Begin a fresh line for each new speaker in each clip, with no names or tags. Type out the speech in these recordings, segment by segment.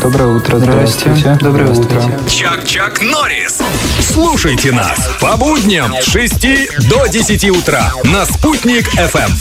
Доброе утро. Здравствуйте.
Доброе утро.
Чак-Чак Норрис. Слушайте нас по будням с 6 до 10 утра на Спутник Эм». ФМ.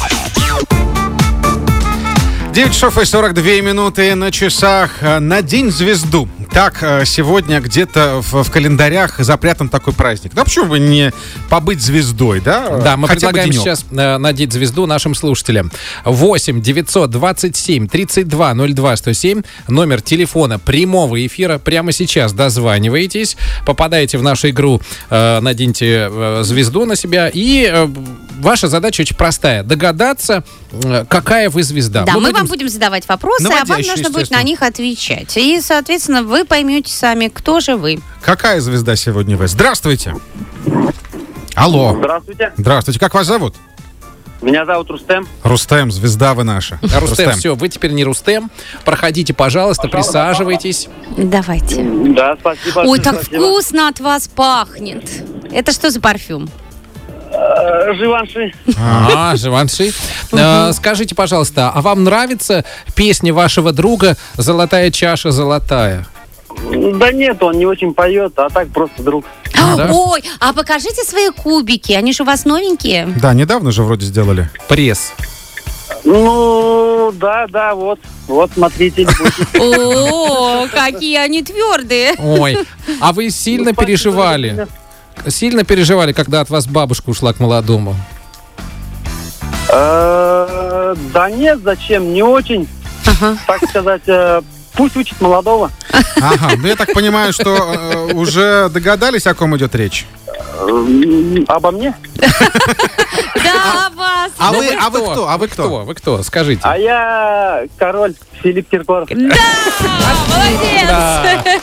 9 часов и 42 минуты на часах э, на День Звезду. Так, э, сегодня где-то в, в календарях запрятан такой праздник. Ну, а почему бы не побыть звездой, да?
Да, мы
Хотя бы
предлагаем
денек.
сейчас э, надеть звезду нашим слушателям. 8 927 32 02 107 номер телефона прямого эфира. Прямо сейчас дозваниваетесь, попадаете в нашу игру, э, наденьте э, звезду на себя. И э, ваша задача очень простая. Догадаться, э, какая вы звезда.
Да, мы,
будем
вам будем задавать вопросы, а вам
наводящие,
нужно будет
естественно.
на них отвечать. И, соответственно, вы поймете сами, кто же вы.
Какая звезда сегодня вы? Здравствуйте. Алло.
Здравствуйте,
Здравствуйте. Как вас зовут?
меня зовут Рустем.
Рустем, звезда вы наша.
Рустем, все, вы теперь не Рустем. Проходите, пожалуйста, присаживайтесь.
Давайте.
Да, спасибо.
Ой, как
Спасибо.
вкусно от вас пахнет. Это что за парфюм?
Э, Живанши.
А, Живанши. Э, Скажите, пожалуйста, а вам нравится песня вашего друга «Золотая чаша золотая»?
Да нет, он не очень поет, а так просто друг.
да?
Ой, а покажите свои кубики, они же у вас новенькие.
Да, недавно же вроде сделали.
Пресс.
Ну, да, да, вот. Вот, смотрите. будете.
О, какие они твердые.
Ой, а вы сильно переживали? Сильно переживали, когда от вас бабушка ушла к молодому?
Э, Да нет, зачем, не очень. Так сказать, э, пусть учит молодого.
Ага, ну я так понимаю, что э, уже догадались, о ком идет речь.
Э, Обо мне?
Да, вас.
А
Ну
вы, а вы кто? А вы кто?
Кто? Вы кто? Скажите.
А я король Филипп Киркоров.
Молодец.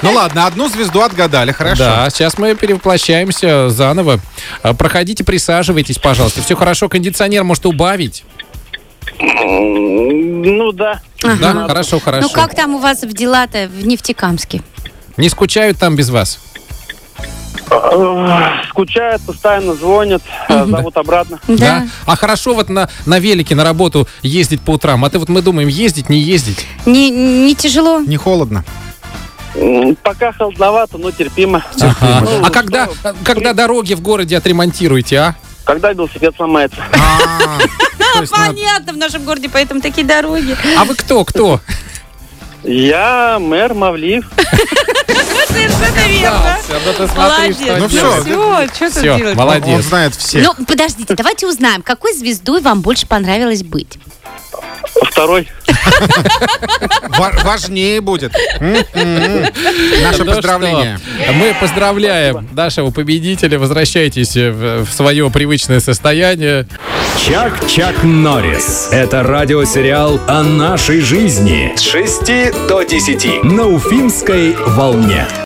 Ну ладно, одну звезду отгадали, хорошо.
А, Да, сейчас мы перевоплощаемся заново. А, Проходите, присаживайтесь, пожалуйста. Все хорошо, кондиционер может убавить.
М, Ну да.
Да, хорошо, хорошо.
Ну как там у вас в дела-то в Нефтекамске?
Не скучают там без вас?
Э, Скучают, постоянно звонят, э, зовут обратно.
Да. А хорошо вот на, на велике на работу ездить по утрам. А ты вот мы думаем, ездить, не ездить.
Не, не тяжело?
Не холодно.
М, Пока холодновато, но терпимо.
А,
Ну,
а когда,
что,
когда дороги в городе отремонтируете, а?
Когда велосипед сломается?
А, то есть надо-
Понятно, в нашем городе поэтому такие дороги.
А вы кто, кто?
Я мэр Мавлиев.
Совершенно верно.
Ну
Молодец.
всё,
все, что тут
Все,
Он
делать?
молодец.
знает всех.
А, Ну, подождите, давайте узнаем, какой звездой вам больше понравилось быть?
а Второй.
Ва- важнее будет. М-м-м. Наше
Ну
поздравление.
что, Мы поздравляем нашего победителя. Возвращайтесь э, в, в свое привычное состояние.
Чак-Чак Норрис. Это радиосериал о нашей жизни с 6 до 10 на Уфимской волне.